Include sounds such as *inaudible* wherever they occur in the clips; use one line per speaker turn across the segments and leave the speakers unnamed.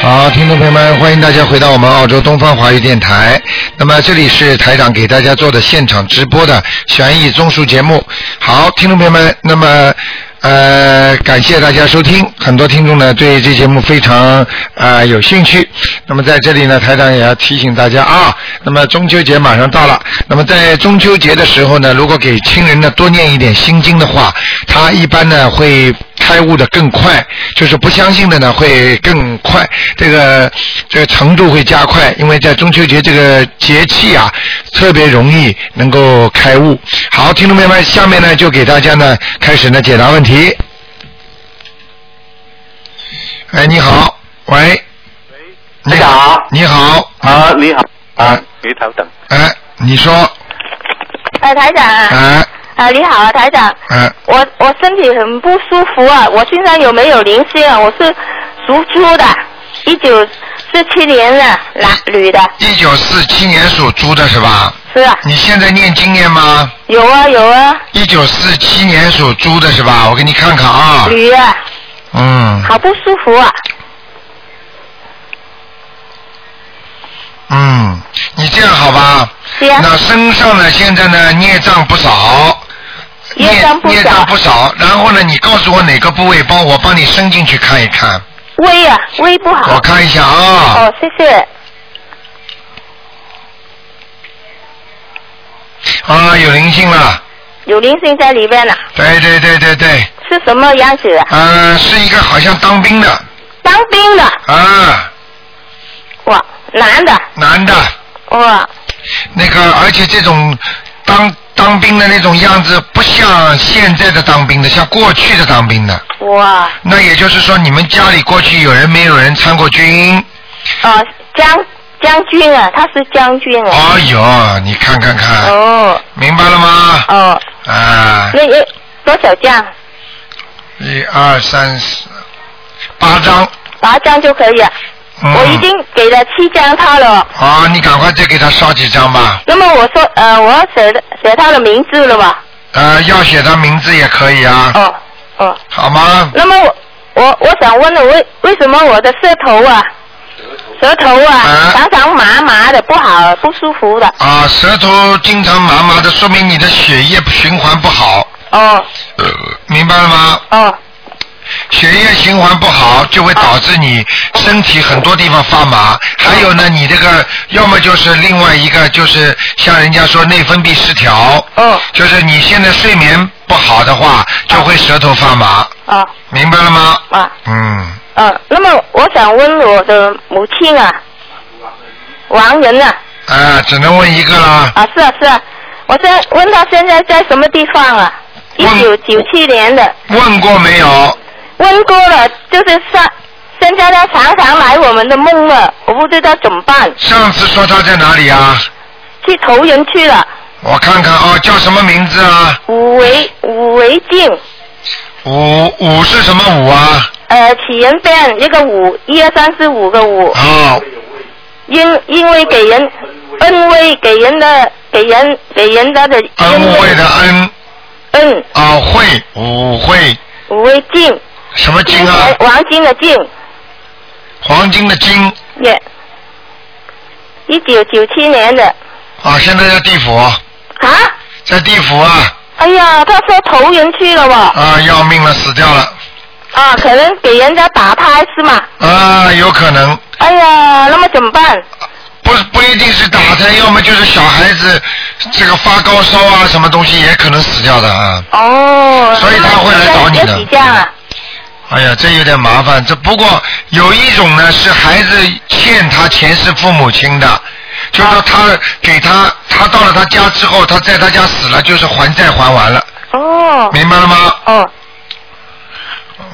好，听众朋友们，欢迎大家回到我们澳洲东方华语电台。那么这里是台长给大家做的现场直播的悬疑综述节目。好，听众朋友们，那么呃，感谢大家收听，很多听众呢对这节目非常呃有兴趣。那么在这里呢，台长也要提醒大家啊，那么中秋节马上到了，那么在中秋节的时候呢，如果给亲人呢多念一点心经的话，他一般呢会。开悟的更快，就是不相信的呢会更快，这个这个程度会加快，因为在中秋节这个节气啊，特别容易能够开悟。好，听众朋友们，下面呢就给大家呢开始呢解答问题。哎，你好，喂，
台长
你好，
啊，你好，
啊，
你稍等，
哎，你说，
呃，台长啊，
哎
啊，你好啊，台长，
哎，
我我身体很不舒服啊，我身上有没有灵性啊？我是属猪的，一九四七年的男女的，
一九四七年属猪的是吧？
是啊，
你现在念经念吗？
有啊有啊，
一九四七年属猪的是吧？我给你看看啊。
女啊，
嗯
好不舒服啊，
嗯，你这样好吧？
是啊，
那身上呢，现在呢孽障不少，
业障不
孽
小
障，不少。然后呢，你告诉我哪个部位，帮我帮你伸进去看一看。
胃啊胃不
我
好，
看一下啊，
哦，谢谢，
啊，有灵性了。
有灵性在里面了、
对对对对对，
是什么样子、啊？
嗯、是一个好像当兵的
当兵的，
啊，
哇，男的，
男的，
哇，
那个，而且这种当当兵的那种样子，不像现在的当兵的，像过去的当兵的。
哇，
那也就是说，你们家里过去有人没有人参过军？
哦，将将军啊，他是将军啊，
哎呦，你看看看，
哦
明白了吗？
哦，
啊，
那有多少张？
一二三四，八张。
八张就可以了。
嗯、
我已。经给了七张他了，
好，你赶快再给他烧几张吧。
那么我说呃，我要写的写他的名字了吧？
呃，要写他名字也可以啊，
哦哦，
好吗？
那么我我我想问了，为为什么我的舌头啊，舌头
啊
啊，常常麻麻的，不好，不舒服的。
啊，舌头经常麻麻的，说明你的血液循环不好，
哦
呃，明白了吗？
哦
血液循环不好，就会导致你身体很多地方发麻。还有呢，你这个要么就是另外一个就是像人家说内分泌失调，
哦
就是你现在睡眠不好的话，就会舌头发麻，
哦
明白了吗？
啊
嗯，
哦，那么我想问我的母亲啊，亡人啊，
啊，只能问一个啦。
啊，是啊是啊，我在问他现在在什么地方啊？一
问
九九七年的，
问过没有？
问过了，就是上现在他常常来我们的梦了，我不知道怎么办，
上次说他在哪里啊？
去投人去了，
我看看啊、叫什么名字啊？
五维五维静，
五五是什么五啊？
呃，起人变一个五，一二三四五个五，
哦，
因因为给人恩威给人的给人给人家的因
啊恩惠
为
的恩
恩
啊，惠五惠
五维静，
什么金啊？
王王金的金
黄金的金
也，一九九七年的
啊，现在在地府，
啊。
在地府啊
哎呀，他说投人去了喎，
啊，要命了，死掉了
啊，可能给人家打胎是吗？
啊，有可能
哎呀，那么怎么办？
不不一定是打胎，要么就是小孩子这个发高烧啊，什么东西也可能死掉的啊。
哦，
所以他会来找你的
要几张啊？
哎呀，这有点麻烦。这不过有一种呢，是孩子欠他前世父母亲的，就是说他给他，他到了他家之后，他在他家死了，就是还债还完了，
哦，
明白了吗？
哦，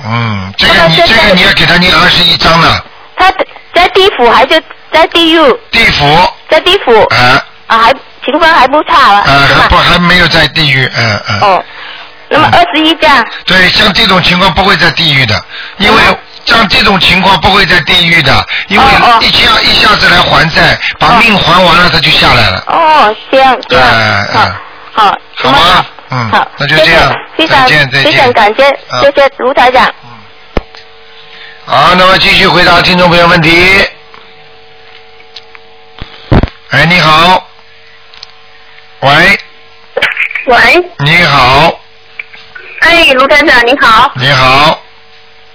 嗯，这个
那
你
现
这
在
个你要给他念二十一章了，
他在地府还是在地狱？
地府。
在地府
啊
啊，还情况还不差了，
啊，
是
还不
吧？
还没有在地狱，嗯嗯。
哦，那么二十一张，
对，像这种情况不会在地狱的，因为
嗯
像这种情况不会在地狱的，因为
哦哦
一下一下子来还债，把
哦
命还完了他就下来了。
哦，这样这样
哎，
好
哎，
好，
好
那么
吗？嗯
好，，
那就
谢
这
谢
样，
非
再
常
见再啊
非常
见。
感谢，
嗯
谢谢卢台长。
好，好，那么继续回答听众朋友问题。哎，你好，喂，
喂，
你好，
哎，卢台长你好，
你好，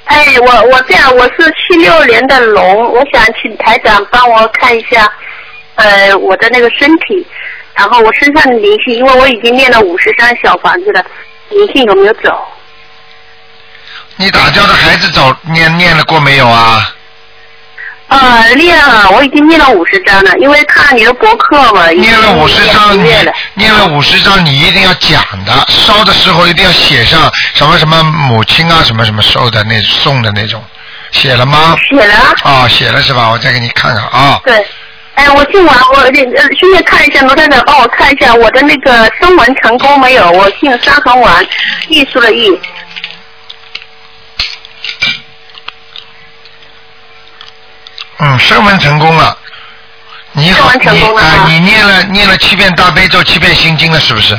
哎，我我这样，我是七六年的龙，我想请台长帮我看一下，呃，我的那个身体，然后我身上的灵性，因为我已经念了五十张小房子了，灵性有没有走？
你打掉的孩子走念念了过没有啊？
呃，念了，我已经念了五十张了，因为看你的博客嘛，已经
念了五十
两
章，
个
你
哎月了，
念了五十章，你一定要讲的，烧的时候一定要写上什么什么母亲啊，什么什么收的那送的那种，写了吗？
写了。
哦，写了是吧？我再给你看看啊。
对，哎，我姓王，我呃顺便看一下罗站长，帮我看一下我的那个声纹成功没有？我姓三横王，艺术的艺，
嗯，声纹成功了。你好，
声纹成
你
功了
啊、
吗
你念了念了七遍大悲咒，七遍心经了，是不是？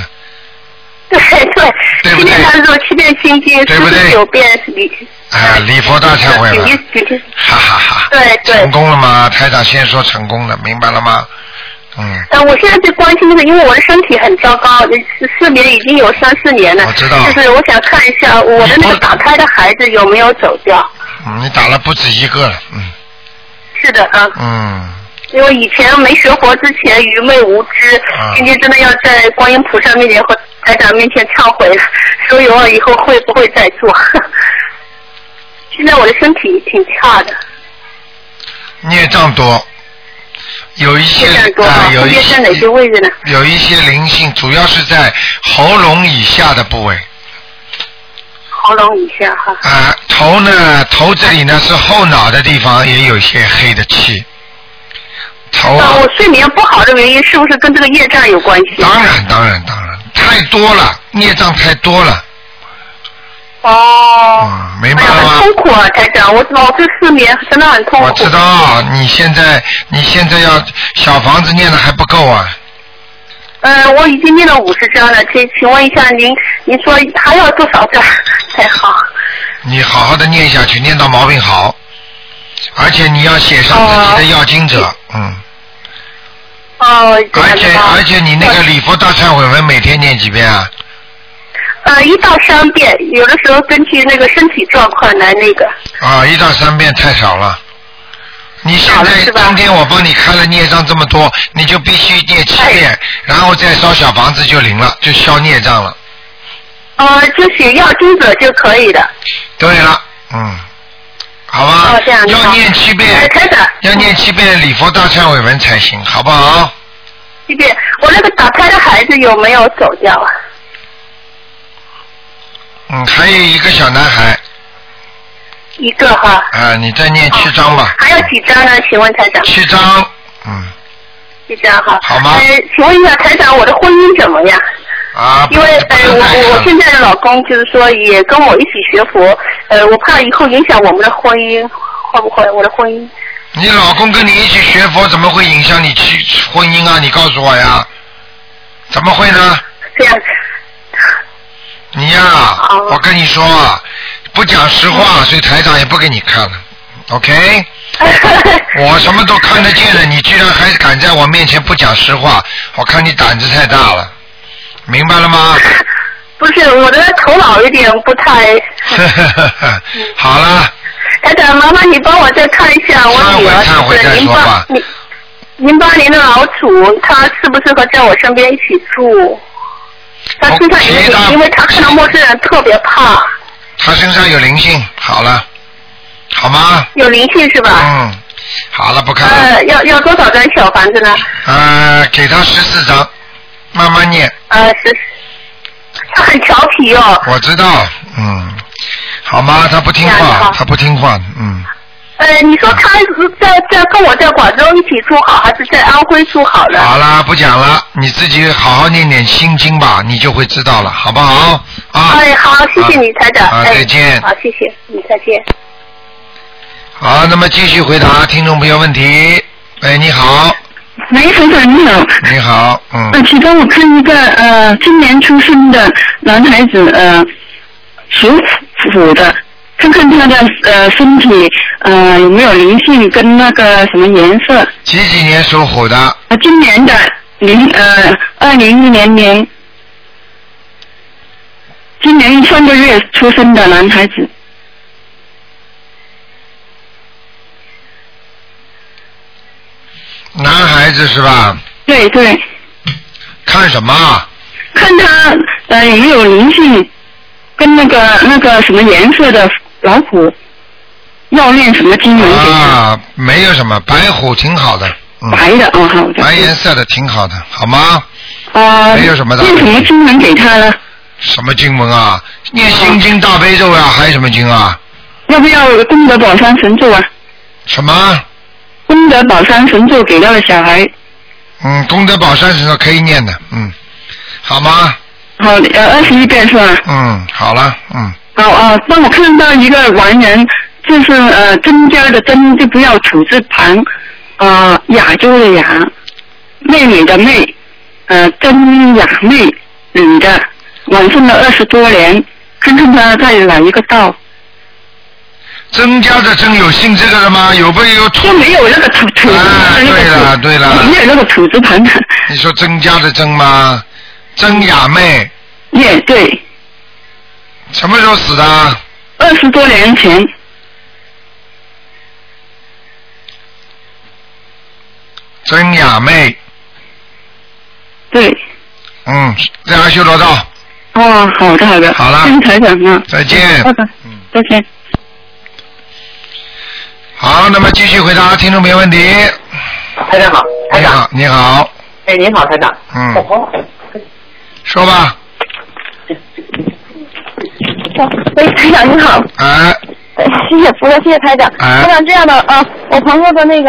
*laughs* 对对，
对不对
七遍大咒，七遍心经，
对不
四
对
十九遍礼，
啊，礼佛大忏悔了，
礼礼礼
哈哈哈。
对对
成功了吗？台长先说成功了，明白了吗？嗯，
呃，我现在最关心的是，因为我的身体很糟糕，失失眠已经有三四年了。
我知道
就是我想看一下我的那
你
个
不
打胎的孩子有没有走掉。
嗯你打了不止一个了，嗯
是的，啊，
嗯。
因为以前没学佛之前愚昧无知
啊，
今天真的要在观音菩萨面前和台长面前忏悔了，所以我以后会不会再做？ *laughs* 现在我的身体挺差的，
孽障多，有一些
业障多
啊、
吗？
有一
业在哪些
些
位置呢？
有一些灵性，主要是在喉咙以下的部位
喉咙以下哈。
啊，头呢，头这里呢是后脑的地方也有一些黑的气，头啊
啊，我睡眠不好的原因是不是跟这个业障有关系？
当然当然当然太多了，孽障太多了，
哦。
嗯，明白
哎呀，
了吗
很？痛苦啊，台长，我老是失眠，真的很痛苦。
我知道你现在你现在要小房子念的还不够啊，
呃，我已经念了五十张了，请请问一下您，您说还要多少张才好？
你好好的念下去，念到毛病好，而且你要写上自己的要经者，嗯。
哦，
而且
知道
而且你那个礼佛大忏悔文每天念几遍啊？
呃一到三遍，有的时候根据那个身体状况来那个。
啊，一到三遍太少了。你现
少了
在
是吧
今天我帮你看了孽障这么多，你就必须念七遍，然后再烧小房子就灵了，就消孽障了。
呃，就写要经者就可以的。
对了，嗯，好吧
哦这样，
啊要
好
念七
哎，
遍，
台长，
要念七遍礼佛大忏悔文才行，好不好？
这边我那个打胎的孩子有没有走掉啊？
嗯，还有一个小男孩
一个哈。
啊，你再念七章吧，
哦还有几张呢？请问台长？
七章，嗯，
几张哈？
好吗
呃，请问一下台长，我的婚姻怎么样？
啊，不
因为呃，
不
我
能再看
我
了
我现在的老公就是说也跟我一起学佛，呃，我怕以后影响我们的婚姻，会不会我的婚姻？
你老公跟你一起学佛，怎么会影响你去婚姻啊？你告诉我呀，怎么会呢？
这样子，
你呀、
哦
我跟你说啊，不讲实话，所以台长也不给你看了。OK，我什么都看得见了，你居然还敢在我面前不讲实话，我看你胆子太大了，明白了吗？
*laughs*
*laughs*
不是我的头脑有点不太。嗯
好了，
台长，麻烦你帮我再看一下我女儿，
忏悔
就是
忏悔再
零
说吧
八零零八年的老鼠，她适不适合在我身边一起住？她身上有
哦其他
点，因为她看到陌生人特别怕，
他身上有灵性，好了，好吗？
有灵性是吧？
嗯，好了，不看了。
呃，要要多少张小房子呢？
呃，给他十四张，慢慢念。
呃，是，她很调皮哦。
我知道，嗯，好吗？他不听
这样
话
好，
他不听话，嗯，
呃，你说她在在跟我在广州一起住好，还是在安徽住好呢？
好啦，不讲了，你自己好好念念心经吧，你就会知道了，好不好？啊，
哎，好，谢谢你，台长。
啊
哎
再见
好，谢嗯谢你，再见。
好，那么继续回答听众朋友问题。哎，你好，
喂，台长你好。
你好，嗯，
呃，请帮我看一个呃，今年出生的男孩子，呃，属虎的，看看他的呃身体呃有没有灵性跟那个什么颜色。
几几年属虎的？
啊，今年的零呃二零一零年，今年上个月出生的男孩子，
男孩子是吧？
对对，
看什么啊？
看他呃有没有灵性，跟那个那个什么颜色的老虎，要念什么经文给他？
啊，没有什么，白虎挺好的，嗯，
白的哦，好的。
白颜色的挺好的，好吗？
啊，
没有什么大
念什么经文给他呢？
什么经文啊？念心经大悲咒啊，还有什么经啊？
要不要功德宝山神咒啊？
什么？
功德宝山神咒给到了小孩，
嗯，功德宝山神咒可以念的，嗯，好吗？
好呃二十一遍是吧？
嗯，好了，嗯，
好啊，呃帮我看到一个完人，就是呃增加的增就不要土字旁，呃亚洲的亚，妹妹的妹，呃曾雅妹，女的，晚上了二十多年，看看她在哪一个道，
增加的增有姓这个的吗？有不有土
就？没有那个土土字
啊
旁的那
对
个
了
土，
对了
没有那个土字
*laughs*
旁的，
你说增加的增吗？曾雅妹
也、对，
什么时候死的啊？
二十多年前，
曾雅妹，
对，
嗯，在阿修罗道，
哦，好的好的，
好了
谢谢台长啊，
再见
拜。拜，
嗯
再见。
好，那么继续回答听众朋友问题。
台长好，台
你
长，
好，你好，
哎，您好，台长。
嗯
哦
说吧。
喂，台长你好，
哎，
哎谢谢菩萨，谢谢台长。
哎
台长这样的，呃，我朋友的那个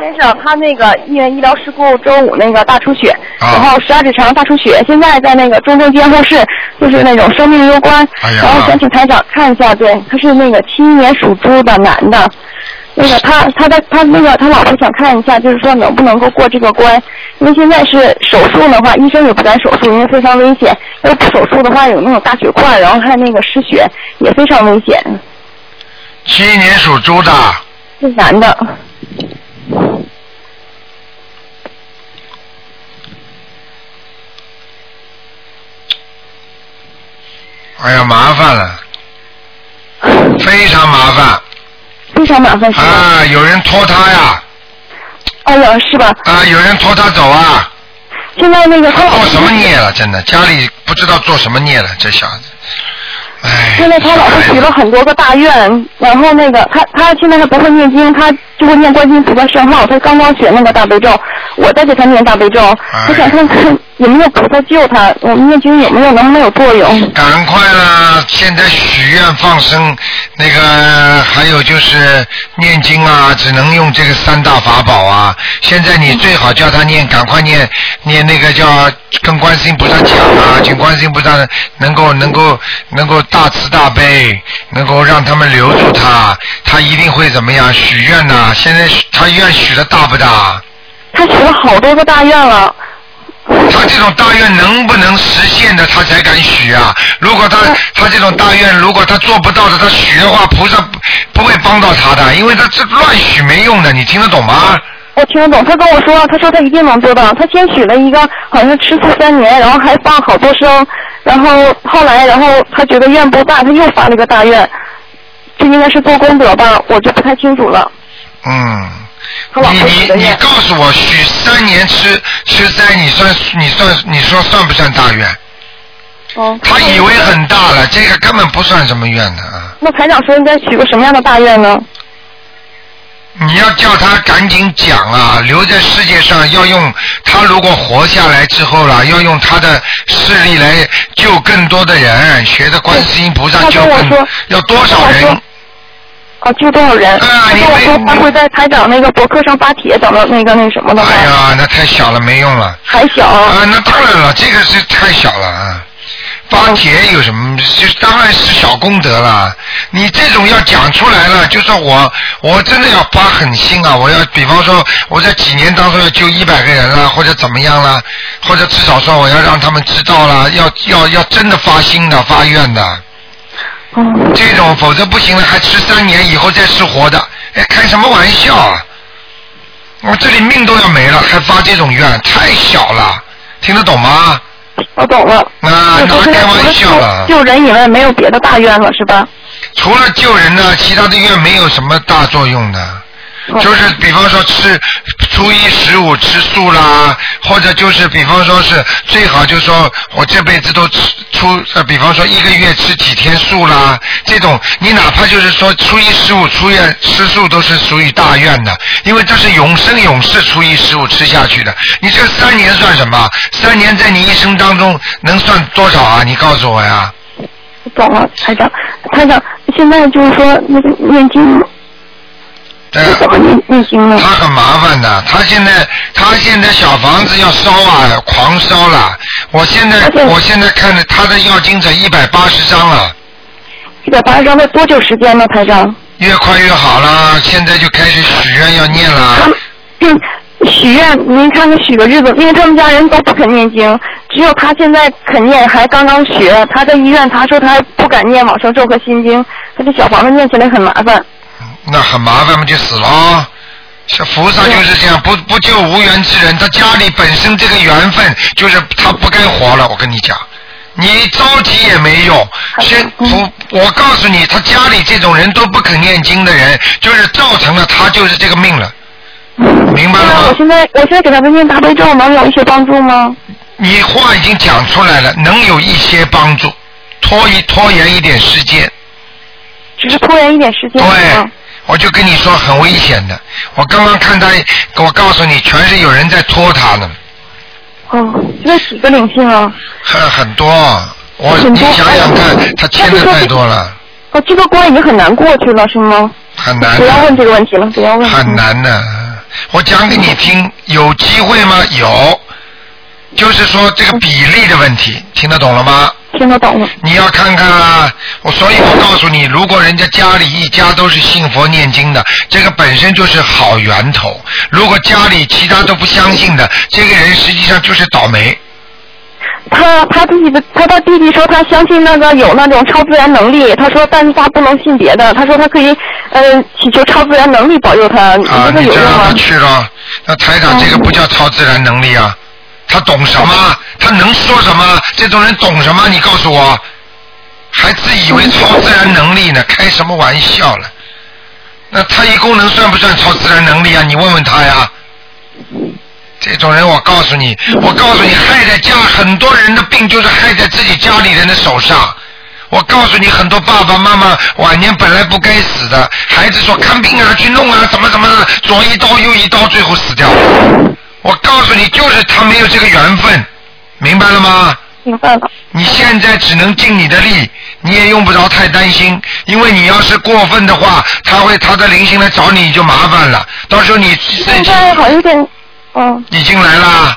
先生，他那个因为医疗事故，周五那个大出血，
啊
然后十二指肠大出血，现在在那个中正监护室，就是那种生命攸关。
哎呀
然后想请台长看一下，对，他是那个七一年属猪的男的，那个他他在他那个他老婆想看一下，就是说能不能够过这个关，因为现在是手术的话，医生也不敢手术，因为非常危险。要不手术的话，有那种大血块，然后还那个失血，也非常危险。
七一年属猪的，
是男的，
哎呀，麻烦了，非常麻烦
非常麻烦是吧？
啊！有人拖他呀，
哎呀，是吧？
啊，有人拖他走啊，
现在那个
他
他老
做什么孽了？真的，家里不知道做什么孽了，这小子，哎。
现在他老婆许了很多个大愿，然后那个他他现在还不会念经，他就会念观世音菩萨圣号，他刚刚学那个大悲咒，我在给他念大悲咒，
哎
我想看看有没有菩萨救他，我们念经有没有能不能有作用？
赶快啦！现在许愿放生，那个还有就是念经啊，只能用这个三大法宝啊。现在你最好叫他念，赶快念念那个叫跟观世音菩萨讲啊，请观世音菩萨能够能够能够大慈大悲，能够让他们留住他，他一定会怎么样？许愿呐、现在许他愿许的大不大？
他许了好多个大愿了，
他这种大愿能不能实现的，他才敢许啊！如果他他这种大愿，如果他做不到的，他许的话，菩萨不不会帮到他的，因为他这乱许没用的，你听得懂吗？
我听得懂，他跟我说，他说他一定能做到。他先许了一个，好像是吃素三年，然后还放好多声，然后后来，然后他觉得愿不大，他又发了一个大愿，这应该是做功德吧，我就不太清楚了。
嗯，
他老
你
婆许
你
的
你
啊
愿，
告诉我，许三年吃吃斋，你算你算你说算不算大愿？
嗯，
他以为很大了，这个根本不算什么愿的啊！
那台长说应该许个什么样的大愿呢？啊
你要叫他赶紧讲啊，留在世界上要用他如果活下来之后啦，要用他的势力来救更多的人，学的观世音菩萨
他
救
跟我
更
说
要多少
他
人
说？啊，救多少人？
啊
他
你
跟我说
没
他会在台长那个博客上发帖，等到那个那什么的话，
哎呀，那太小了，没用了。
还小。
啊，那当然了，这个是太小了啊。发帖有什么？就当然是小功德了。你这种要讲出来了，就说我我真的要发狠心啊！我要比方说我在几年当中要救一百个人啦，或者怎么样啦，或者至少说我要让他们知道啦，要要要真的发心的发愿的。
哦，
这种否则不行了，还吃三年以后再吃活的，哎，开什么玩笑啊！我这里命都要没了，还发这种愿，太小了，听得懂吗？
我懂了。
啊，
就
拿
是说现在
开
除
玩
了
笑了。
救救人以外，没有别的大愿了，是吧？
除了救人呢，其他的愿没有什么大作用的。
哦
就是比方说吃初一十五吃素啦，或者就是比方说是最好就说我这辈子都吃出呃，比方说一个月吃几天素啦，这种你哪怕就是说初一十五出院吃素都是属于大愿的，因为这是永生永世初一十五吃下去的。你这三年算什么？三年在你一生当中能算多少啊？你告诉我呀。
懂了，台长，台长，现在就是说那个念经
对啊
是怎么念念经呢？
他很麻烦的，他现在他现在小房子要烧啊，狂烧了。我现在
而且
我现在看着他的要经者一百八十张了，
一百八十张，那多久时间呢，台长？
越快越好啦。现在就开始许愿要念
他
啦。
们嗯许愿，您看看许个日子，因为他们家人都不肯念经，只有他现在肯念，还刚刚学。他在医院，他说他不敢念往生咒和心经，他这小房子念起来很麻烦。
那很麻烦嘛，就死了哦。像菩萨就是这样，不不救无缘之人，他家里本身这个缘分就是他不该活了。我跟你讲，你着急也没用。先不，我告诉你，他家里这种人都不肯念经的人，就是造成了他就是这个命了。明白了
那啊我
吗？哦
现在我现在给他们念大悲咒，能有一些帮助吗？
你话已经讲出来了，能有一些帮助，拖一拖延一点时间。
只是拖延一点时间。嗯是
对
吗，
我就跟你说很危险的。我刚刚看他，我告诉你，全是有人在拖他呢，
哦，现在几个灵性啊？
很很多。我
很
你
多
想想
哎
看，他欠的太多了，
哦，这个关已经很难过去了，是吗？
很难
不要问这
的，
个问题了，不要问。
很。难的。我讲给你听，有机会吗？有，就是说这个比例的问题，听得懂了吗？
听得懂了。
你要看看啊，我所以，我告诉你，如果人家家里一家都是信佛念经的，这个本身就是好源头。如果家里其他都不相信的，这个人实际上就是倒霉。
他他弟弟的他他弟弟说他相信那个有那种超自然能力，他说但是他不能信别的，他说他可以呃祈求超自然能力保佑他，你
啊
说，这
你
有
就
用
让
吗嗯
他？去了。那台长这个不叫超自然能力啊，他懂什么？他能说什么？这种人懂什么？你告诉我，还自以
嗯
为超自然能力呢？开什么玩笑了？那太一功能算不算超自然能力啊？你问问他呀。这种人，我告诉你，我告诉你，害在家很多人的病就是害在自己家里人的手上。我告诉你，很多爸爸妈妈晚年本来不该死的，孩子说看病啊，去弄啊，怎么怎么的，左一刀右一刀，最后死掉了。我告诉你，就是他没有这个缘分，明白了吗？
明白了，
你现在只能尽你的力，你也用不着太担心，因为你要是过分的话，他会他的灵性来找你，你就麻烦了。到时候你自
现
己
在好像有点嗯
已经来啦。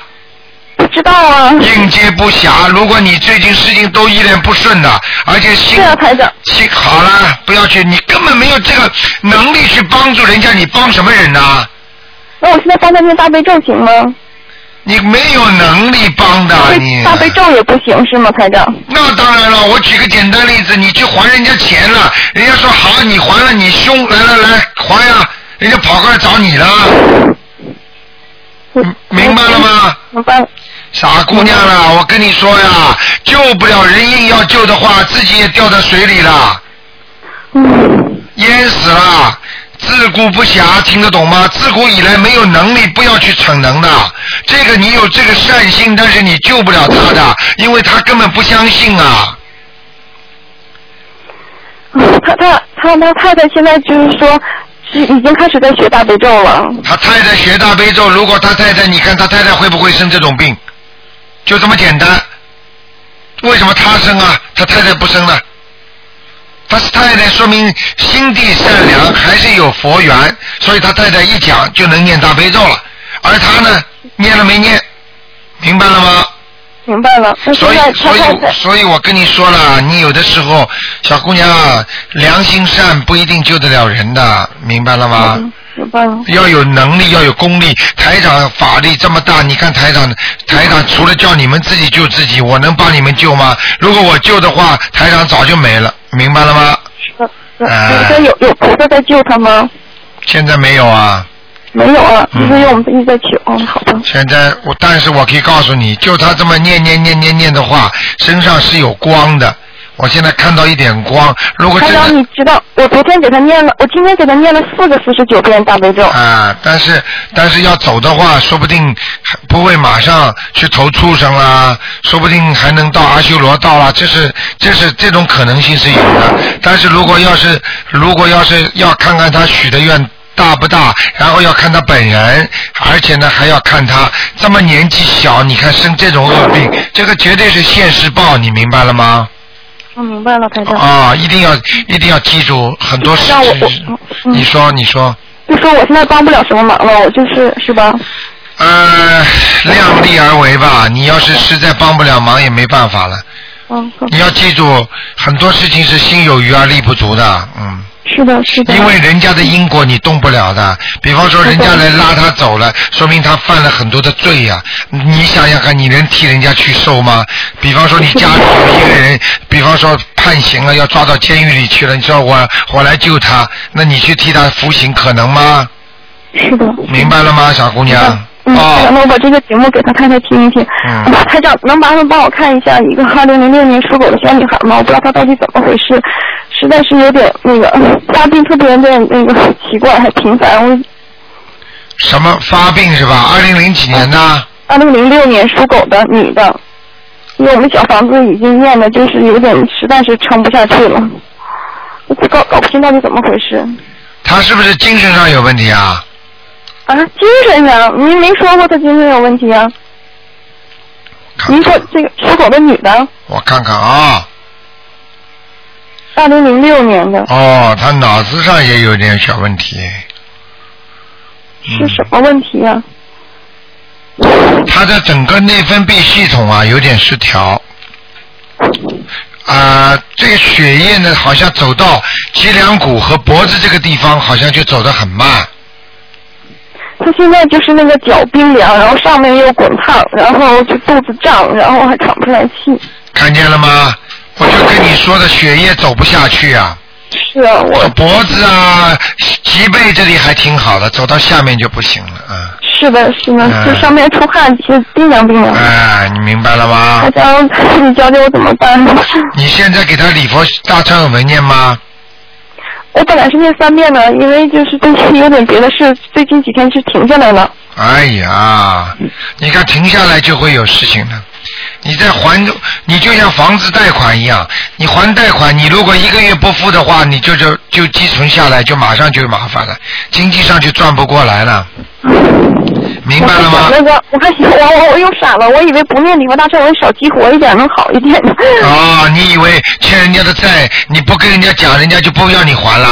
不知道啊，
应接不暇。如果你最近事情都一脸不顺的，而且心
是啊台长，
心好了，不要去，你根本没有这个能力去帮助人家，你帮什么人呐、
那我现在帮他念大悲咒行吗？
你没有能力帮的，啊你
大悲咒也不行是吗，台长？
那当然了，我举个简单例子，你去还人家钱了，人家说好，你还了，你凶，来来来还呀，人家跑过来找你了，
我
明白了？吗？
明白了，
傻姑娘啦，我跟你说呀，救不了人，硬要救的话，自己也掉到水里了。
嗯，
淹死了，自顾不暇，听得懂吗？自古以来没有能力，不要去逞能的。这个你有这个善心，但是你救不了他的，因为他根本不相信啊。
嗯他他他他太太现在就是说是已经开始在学大悲咒了，
他太太学大悲咒，如果他太太，你看他太太会不会生这种病？就这么简单。为什么他生啊？他太太不生呢？他是太太，说明心地善良，还是有佛缘，所以他太太一讲就能念大悲咒了。而他呢，念了没念？明白了吗？
明白了。那
所
现
以
在，他
所以
太太，。
所以我跟你说了，你有的时候，小姑娘啊，良心善不一定救得了人的，明白了吗？
嗯有帮。
要有能力，要有功力。台长法力这么大，你看台长，台长除了叫你们自己救自己，我能帮你们救吗？如果我救的话，台长早就没了，明白了吗？
呃
哎
呃你说有有菩萨在救他吗？
现在没有啊，
没有啊，
嗯
就是用我们自己在求。嗯，好吧。
现在我，但是我可以告诉你，就他这么念念念念念的话，身上是有光的。我现在看到一点光，如果
台
真
长，
的
你知道我昨天给他念了，我今天给他念了四个四十九遍大悲咒。
啊，但是但是要走的话，说不定还不会马上去投畜生啦，说不定还能到阿修罗道啦，这是这是这种可能性是有的。但是如果要是如果要是要看看他许的愿。大不大？然后要看他本人，而且呢还要看他这么年纪小，你看生这种恶病，这个绝对是现世报，你明白了吗？
我明白了，台长。
啊，一定要一定要记住很多事
那我
情
我。嗯
你说，你说。
就说我现在帮不了什么忙了，我就是是吧？
呃，量力而为吧。你要是实在帮不了忙，也没办法了。
嗯，好
你要记住，很多事情是心有余而力不足的，嗯，
是的，是的。
因为人家的因果你动不了的。比方说，人家来拉他走了，说明他犯了很多的罪呀、你想想看，你能替人家去受吗？比方说，你家里有一个人，比方说判刑了，要抓到监狱里去了，你说我我来救他，那你去替他服刑，可能吗？
是的。
明白了吗，小姑娘？
嗯，台长，
哦，
那我把这个节目给他太太听一听。 *laughs*
嗯
台长，能麻烦帮我看一下一个二零零六年属狗的小女孩吗？我不知道她到底怎么回事，实在是有点那个发病特别的那个奇怪，还频繁。我
什么发病是吧？二零零几年的。
二零零六年属狗的女的，因为我们小房子已经念的，就是有点实在是撑不下去了，我搞搞不清到底怎么回事。
他是不是精神上有问题啊？
啊，精神上，您没说过她精神有问题啊？
看
您说这个属狗的女的，
我看看啊，
二零零六年的，
哦，他脑子上也有点小问题。
是什么问题啊呀、
嗯他的整个内分泌系统啊有点失调。啊、这个血液呢，好像走到脊梁骨和脖子这个地方，好像就走得很慢。
他现在就是那个脚冰凉，然后上面又滚烫，然后就肚子胀，然后还喘不上来气。
看见了吗？我就跟你说的，血液走不下去啊。
是啊，我
脖子啊、脊背这里还挺好的，走到下面就不行了啊。
是的，是的，
嗯
就上面出汗，就冰凉冰凉。
哎，你明白了吗
我？想你教教我怎么办呢？ *laughs*
你现在给他礼佛大忏悔文念吗？
我哎本来是念三遍的，因为就是最近有点别的事，最近几天是停下来了。
哎呀，你看停下来就会有事情的。你在还，你就像房子贷款一样，你还贷款，你如果一个月不付的话，你就就就积存下来，就马上就麻烦了，经济上就转不过来了，明白了吗
我？那个，我还想我我我又傻了，我以为不念礼佛大忏悔少激活一点能好一点。
*laughs* 哦，你以为欠人家的债，你不跟人家讲，人家就不要你还了，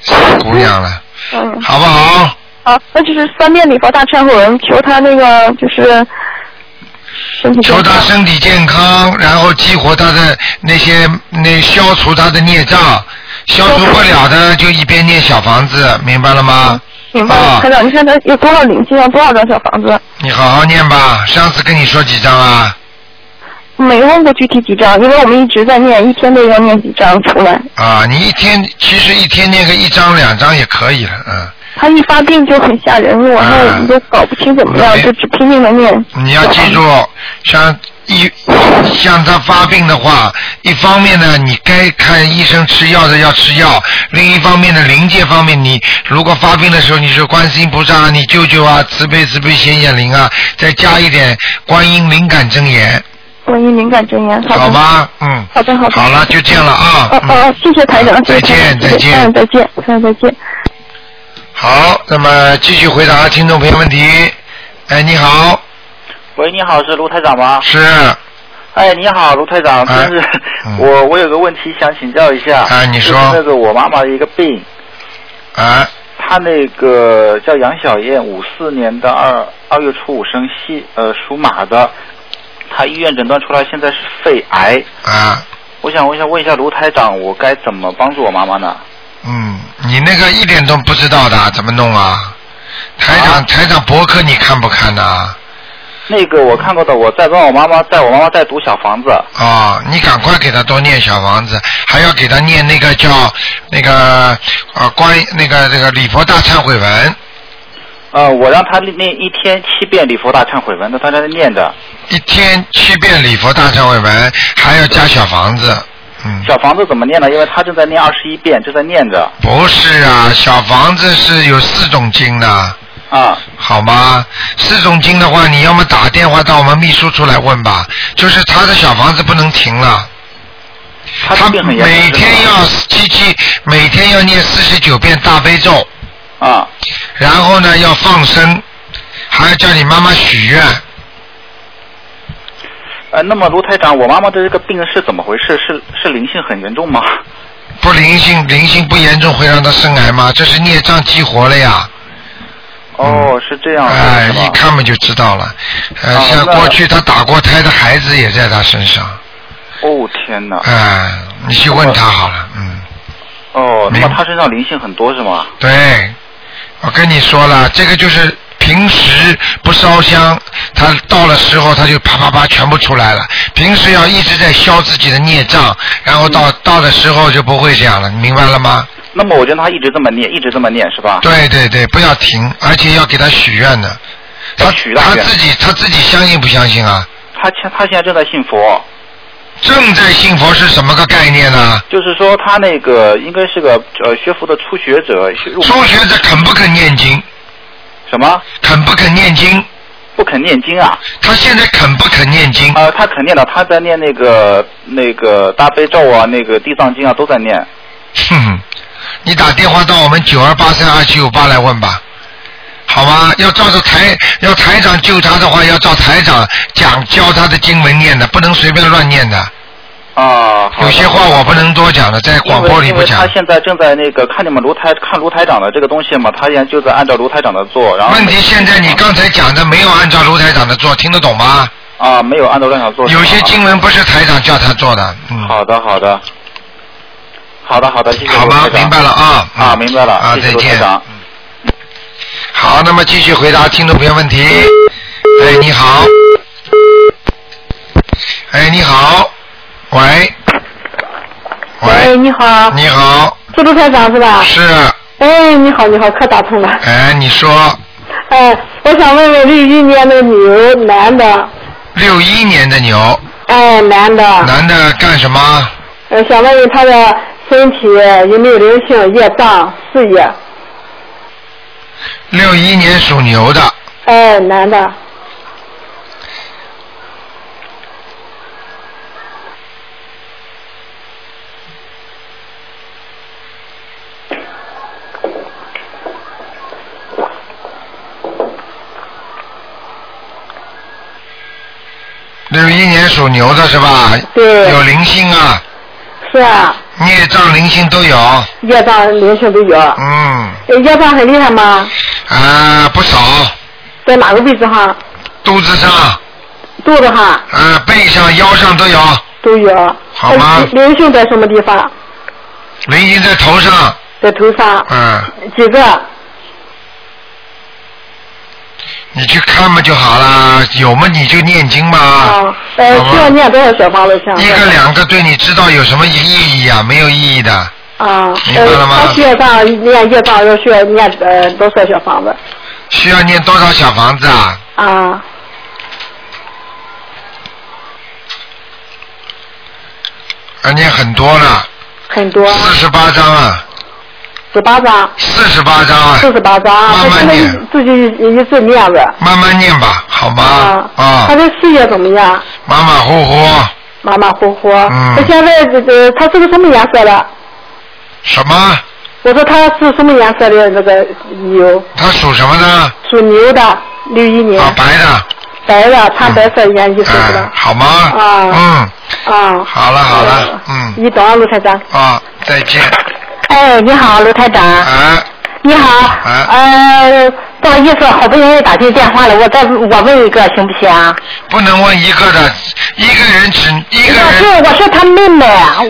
傻姑娘了，
嗯，
好不好？
好，啊那就是三遍礼佛大忏悔文，求他那个就是身体健
求
康
他身体健康，然后激活他的那些那消除他的孽障，消除不了的就一边念小房子，明白了吗？
明白了，
啊
台长，你看他有多少灵性啊？多少张小房子？
你好好念吧。上次跟你说几张啊？
没问过具体几张，因为我们一直在念，一天都要念几张出来。
啊，你一天其实一天念个一张两张也可以了，嗯。
他一发病就很吓人，我还
啊
都搞不清怎么样，
没
就只拼命的念。
你要记住，像一像他发病的话，一方面呢，你该看医生吃药的要吃药；另一方面呢，临界方面，你如果发病的时候，你说观世音菩萨啊，你救救啊，慈悲慈悲显显灵啊，再加一点观音灵感真言，
关于敏感真言，好
好
的，
吗？嗯，
好的，好的。
好了，就这样了啊。
哦
嗯
哦，谢谢台长，谢谢
再见
台长
再见
嗯，再见，嗯，再见。
好，那么继续回答听众朋友问题。哎，你好，
喂，你好，是卢台长吗？
是
哎，你好，卢台长，
哎
真是、
嗯
我我有个问题想请教一下。
哎你说
就是那个我妈妈的一个病，
啊，
她那个叫杨小燕，五四年的二二月初五生，西呃属马的，她医院诊断出来现在是肺癌。
啊，
我想问一下，问一下卢台长，我该怎么帮助我妈妈呢？
嗯，你那个一点都不知道的，怎么弄啊？台长，台长博客你看不看呐、啊？
那个我看过的，我在帮我妈妈，在我妈妈在读小房子，
啊你赶快给他多念小房子，还要给他念那个叫那个呃关于那个那个礼佛大忏悔文，
呃，我让她念一天七遍礼佛大忏悔文，那她在那念着。
一天七遍礼佛大忏悔文，还要加小房子。嗯，
小房子怎么念呢？因为她正在念二十一遍，正在念着
不是啊，小房子是有四种经的，
啊。
好吗？四种经的话，你要么打电话到我们秘书处来问吧。就是他的小房子不能停了，
她
他
的病很严重。
每天
是吗
要七七，每天要念四十九遍大悲咒。
啊
然后呢要放生，还要叫你妈妈许愿。
呃，那么卢台长，我妈妈的这个病是怎么回事？是是灵性很严重吗？
不灵性，灵性不严重会让她生癌吗？这是孽障激活了呀！
哦，是这样的，
哎、
是吧
一看嘛就知道了。呃，
啊
像
那
过去她打过胎的孩子也在她身上。
哦天哪！
哎、你去问她好了。嗯，
哦，那
明
么她身上灵性很多是吗？
对，我跟你说了，这个就是平时不烧香，她到了时候她就啪啪啪全部出来了。平时要一直在消自己的孽障，然后
嗯
到、到的时候就不会这样了，你明白了吗？
那么我就让她一直这么念，一直这么念是吧？
对对对，不要停，而且要给他许愿的。他
要许大
他
愿
自己他自己相信不相信啊？
她现她现在正在信佛，
正在信佛是什么个概念呢、
就是说她那个应该是个呃学佛的初学者，学入
初学者肯不肯念经？
什么
肯不肯念经？
不肯念经啊？
他现在肯不肯念经？
呃，她肯念的，她在念那个那个大悲咒啊，那个地藏经啊，都在念。
哼， *laughs* 你打电话到我们九二八三二七五八来问吧，好吗？要照着台要台长救他的话，要照台长讲教他的经文念的，不能随便乱念的。
啊，好的
有些话我不能多讲的，在广播里
因
不
为因为
讲
他。现在正在那个看你们卢台看卢台长的这个东西嘛，他现在就在按照卢台长的做，然后
问题现在你刚才讲的没有按照卢台长的做，听得懂吗？
啊没有按照卢台长做，
有些经文不是台长叫他做的，嗯，
好的好的，好的好的，谢谢
好
卢
吧
台，长
明白了啊，嗯
啊明白了，
啊，
谢谢
再
卢台
见。
长。
好，那么继续回答听众朋友问题。哎，你好，哎，你好，喂，
哎，
喂，
你好，
你好，
是卢台长是吧？
是，
哎，你好，你好，可打通了。
哎，你说
哎，我想问问六一年的牛男的，
六一年的牛，
哎，男的，
男的干什么？
呃，想问问他的身体有没有灵性、业障、事业？
六一年属牛的，
哎，男的，
六一年属牛的是吧？
对
有灵性啊，
是啊，
孽障灵性都有。
业障、灵性都有。呃
嗯，
业障很厉害吗？
啊，不少，
在哪个位置哈？
肚子上、
肚子哈
呃背上、腰上都有，
都有。
好吗
呃灵性在什么地方？
灵性在头上，
在头上。
嗯，
几个？
你去看嘛就好啦，有嘛你就念经嘛，
啊，呃，
好
需要
吧？
念多少小房子？想
一个两个对你知道有什么意义啊？没有意义的，
啊，
明白
呃，
了吗
他需要上念业障，要需要念呃多少小房子
需要念多少小房子啊？
啊？
啊，念很多了，
很多，
四十八章啊，
十八张，
四十八章啊，
四十八张，
慢
他
慢
现在
念
自己一直念着
慢慢念吧，好吗？啊
他，的事业怎么样？
马马虎虎，
马马虎虎。
嗯
他现在呃，他是个什么颜色的？
什么？
我说他是什么颜色的那个牛？
他属什么呢？
属牛的，六一年，
啊，白的。
白的，穿白色颜衣服
哎，
的。
好吗？
啊
嗯，
啊，
好了好了，嗯，
你等啊，卢台长。
啊，再见，
哎，你好，卢台长。
啊，
你好，
啊
呃，
不好意思，好不容易打进电话了，我再我问一个行不行啊？
不能问一个的，一个人只一个
我是
人，
我是他妹妹，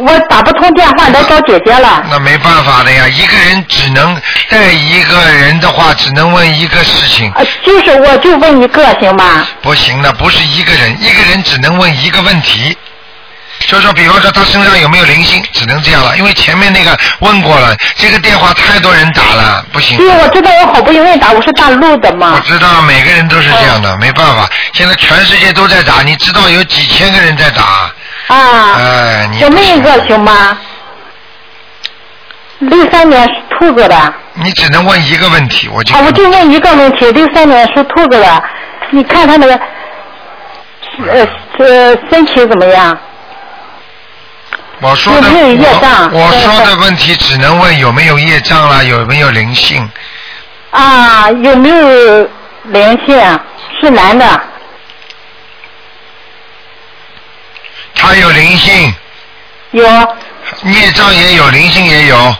我打不通电话来找姐姐了。
那没办法的呀，一个人只能带一个人的话，只能问一个事情，
呃，就是我就问一个行吧？
不行的，不是一个人，一个人只能问一个问题。就说，比方说他身上有没有灵性，只能这样了，因为前面那个问过了，这个电话太多人打了，不行。
对，我知道我好不容易打，我是大陆的
我
嘛。
知道每个人都是这样
哎
的，没办法，现在全世界都在打，你知道有几千个人在打，
啊，
哎，你
我问一个行吗？六三年属兔子的，啊，
你只能问一个问题，我
啊
就
我就问一个问题，六三年属兔子的，你看他那个，呃呃，身体怎么样？
我说的
有没有业障
我，我说
对
的问题只能问有没有业障啦，有没有灵性，
啊，有没有灵性啊？是男的，
他有灵性，
有
业障也有，灵性也有，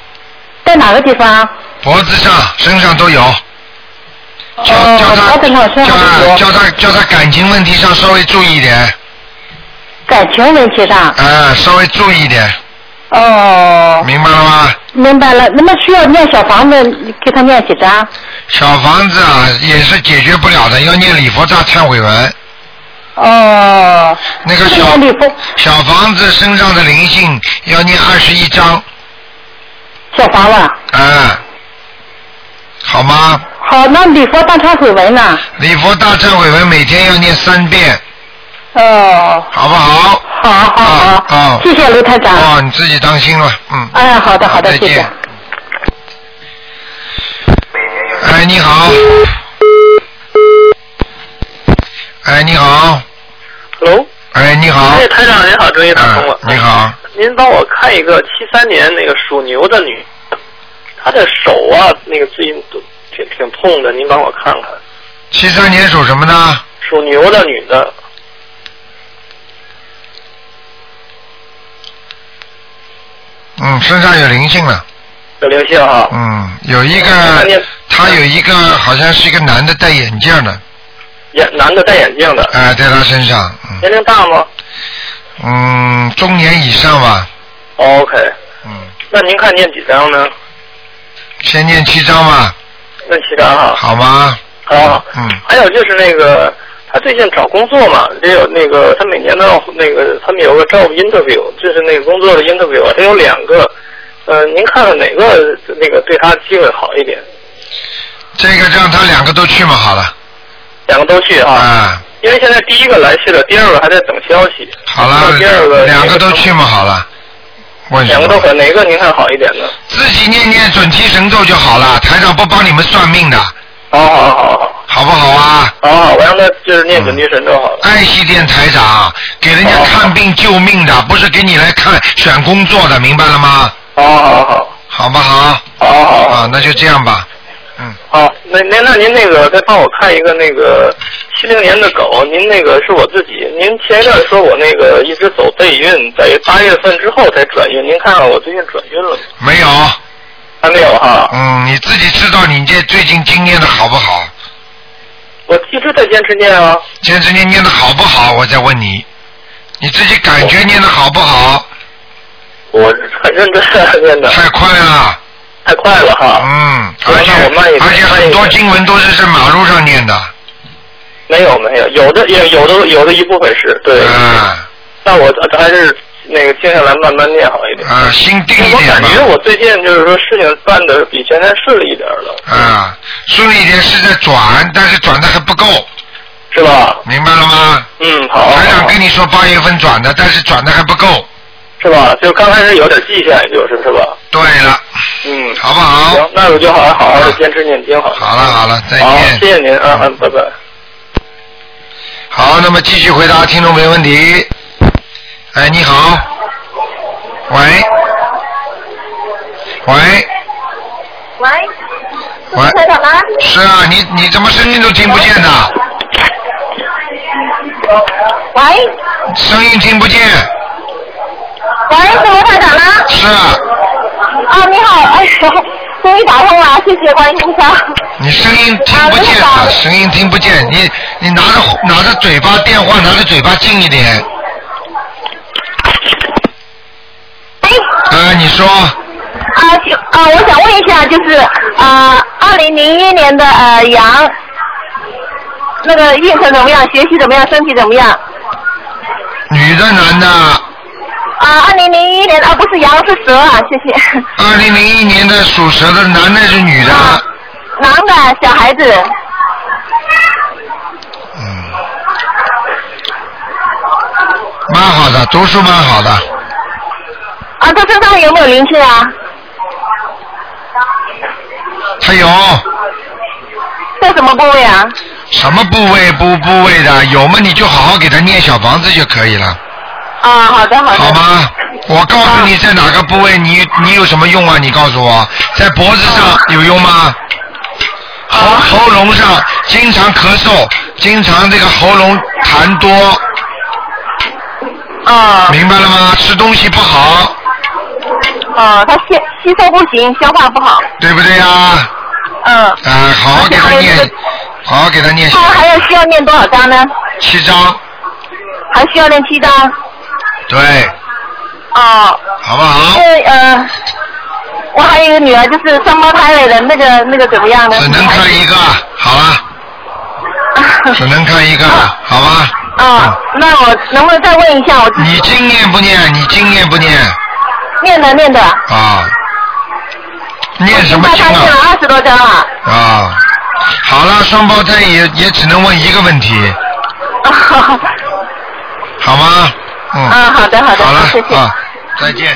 在哪个地方？
脖子上、身上都有。叫
哦
叫他
脖子上身
叫
上都
他
有
叫他叫他感情问题上稍微注意一点，
感情问题上。
啊，稍微注意一点，
哦，
明白了吗？
明白了。那么需要念小房子，你给他念几张？
小房子啊，也是解决不了的，要念礼佛大忏悔文。
哦，
那个小
这礼佛
小房子身上的灵性要念二十一章，
小房子。
啊，好吗？
好，那礼佛大忏悔文呢？
礼佛大忏悔文每天要念三遍，
哦，
好不好？
好好好，
啊啊
谢谢卢台长。
哦，你自己当心了，嗯。
哎，好的好的，
再
谢谢
见。。哎，你好。哎，你好。
Hello，
哎，你好。
哎，台长您好，终于打通了
啊。你好，
您帮我看一个七三年那个属牛的女，她的手啊，那个最近都挺挺痛的，您帮我看看。
七三年属什么呢？
属牛的女的，
嗯，身上有灵性了。
有灵性啊哈、
嗯，有一
看见
个，他有一个好像是一个男的戴眼镜的，
眼男的戴眼镜的，
哎，在他身上，嗯
年龄大吗
嗯，中年以上吧，
哦？OK，
嗯，
那您看念几张呢？
先念七章吧，
那七张哈、
好吗？
好好哎
嗯
还有就是那个，他最近找工作嘛，也有那个，他每年都要那个，他们有个 job interview，就是那个工作的 interview，他有两个，呃，您看看哪个那个对他机会好一点？
这个让他两个都去嘛，好了，
两个都去啊，
啊，
因为现在第一个来去了，第二个还在等消息。
好
那第二
了，
个
两个都去，嘛，好了。问什
两个都
么？
可，哪个您看好一点呢？
自己念念准提神咒就好了，台长不帮你们算命的，
好好好好
好不好啊？
好好，我让他就是念准提神咒好了。
爱惜点台长，给人家
好
看病救命的，不是给你来看选工作的，明白了吗？
好好好
好不好？
好好好
啊，那就这样吧。嗯，
好，啊那那那您那个再帮我看一个那个七零年的狗，您那个是我自己，您前一段说我那个一直走背运，在八月份之后才转运，您看看我最近转运了吗？
没有。
还没有哈，
嗯，你自己知道你这最近经念的好不好？
我一直在坚持念啊。
坚持念念的好不好？我再问你，你自己感觉念的好不好？
我很认真地 *laughs* 念的，
太快了，
太快了哈，
嗯，
我
而且
那我慢一点
而且很多
慢一点
经文都是在马路上念的，
没有没有，有的也有的有的一部分是对，
啊
那我还是那个静下来慢慢念好一点。
啊，心定一
我
点
感
吧，
觉我最近就是说事情办的比前天顺利一点了，
啊，顺利一点是在转，但是转的还不够，
是吧？
明白了吗？
嗯，好。
台
好
长
好
跟你说八月份转的，但是转的还不够。
是吧？就刚开始有点迹象，也就是是吧？
对了，
嗯，
好不好？
行，那我就好好好好的坚持念经好了。
好了好了，再见。
好，谢谢您啊，嗯，拜拜。
好，那么继续回答听众朋友问题。哎，你好，喂，喂，喂，
喂，长吗？
是啊，你你怎么声音都听不见的？
喂，
声音听不见，
喂，是卢台长吗？
是啊，
啊，你好，哎呦，终于打通了，谢谢观音菩萨。
你声音听不见啊，声音听不见。你你拿着拿着嘴巴电话，拿着嘴巴近一点。呃，你说
啊，就啊，我想问一下，就是啊，二零零一年的呃羊，那个运程怎么样？学习怎么样？身体怎么样？
女的男的？
啊，二零零一年的啊，不是羊是蛇啊，谢谢。
二零零一年的属蛇的男的是女的？
啊男的小孩子，
蛮好的，读书蛮好的。
啊，他身上有没有灵性啊？
他有
在什么部位啊？
什么部位不部位的？有嘛你就好好给他念小房子就可以了。
啊，好的好的。
好吗？我告诉你在哪个部位，你你有什么用啊？你告诉我，在脖子
啊
上有用吗？喉喉咙上经常咳嗽，经常这个喉咙痰多。
啊。
明白了吗？吃东西不好，
啊，他吸吸收不行，消化不好。
对不对呀、啊？
嗯。
好好给他念，好好给他念
他还要需要念多少张呢？
七章，
还需要念七张。
对，
哦。
好不好？
因为呃，我还有一个女儿，就是双胞胎来的，那个那个怎么样呢？
只能看一个，好了，
*laughs*
只能看一个，好吧？
啊，那我能不能再问一下？我自
己你经念不念？你经念不念？
念的念的，
啊，念什么
那
经
他念了
啊？
二十多张了。
啊，好了，双胞胎也也只能问一个问
*laughs*
题，好吗？嗯。
啊，好的好的，
好了
谢谢。
啊，再见。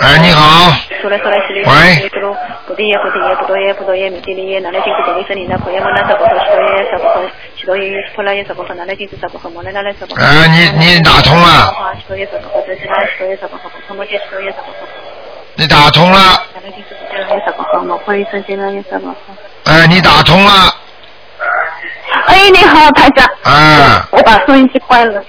哎，你好，
说来说来，十六
喂
不懂，不懂也不懂也不懂也不懂也没听的也，拿来金子等于森林的朋友们，那啥不好，许多也啥不好，许多也破烂也啥不好，拿来金子啥不好，莫来拿来啥不好。
哎你你打通了？
许多也啥不好，真是拿许多也啥不好，他们也许多也啥不好，
你打通了，
拿来金子不好也啥不好，莫破一生金了也啥不好。
哎，你打通了，
哎，你好，台长，
啊，
我把收音机关了。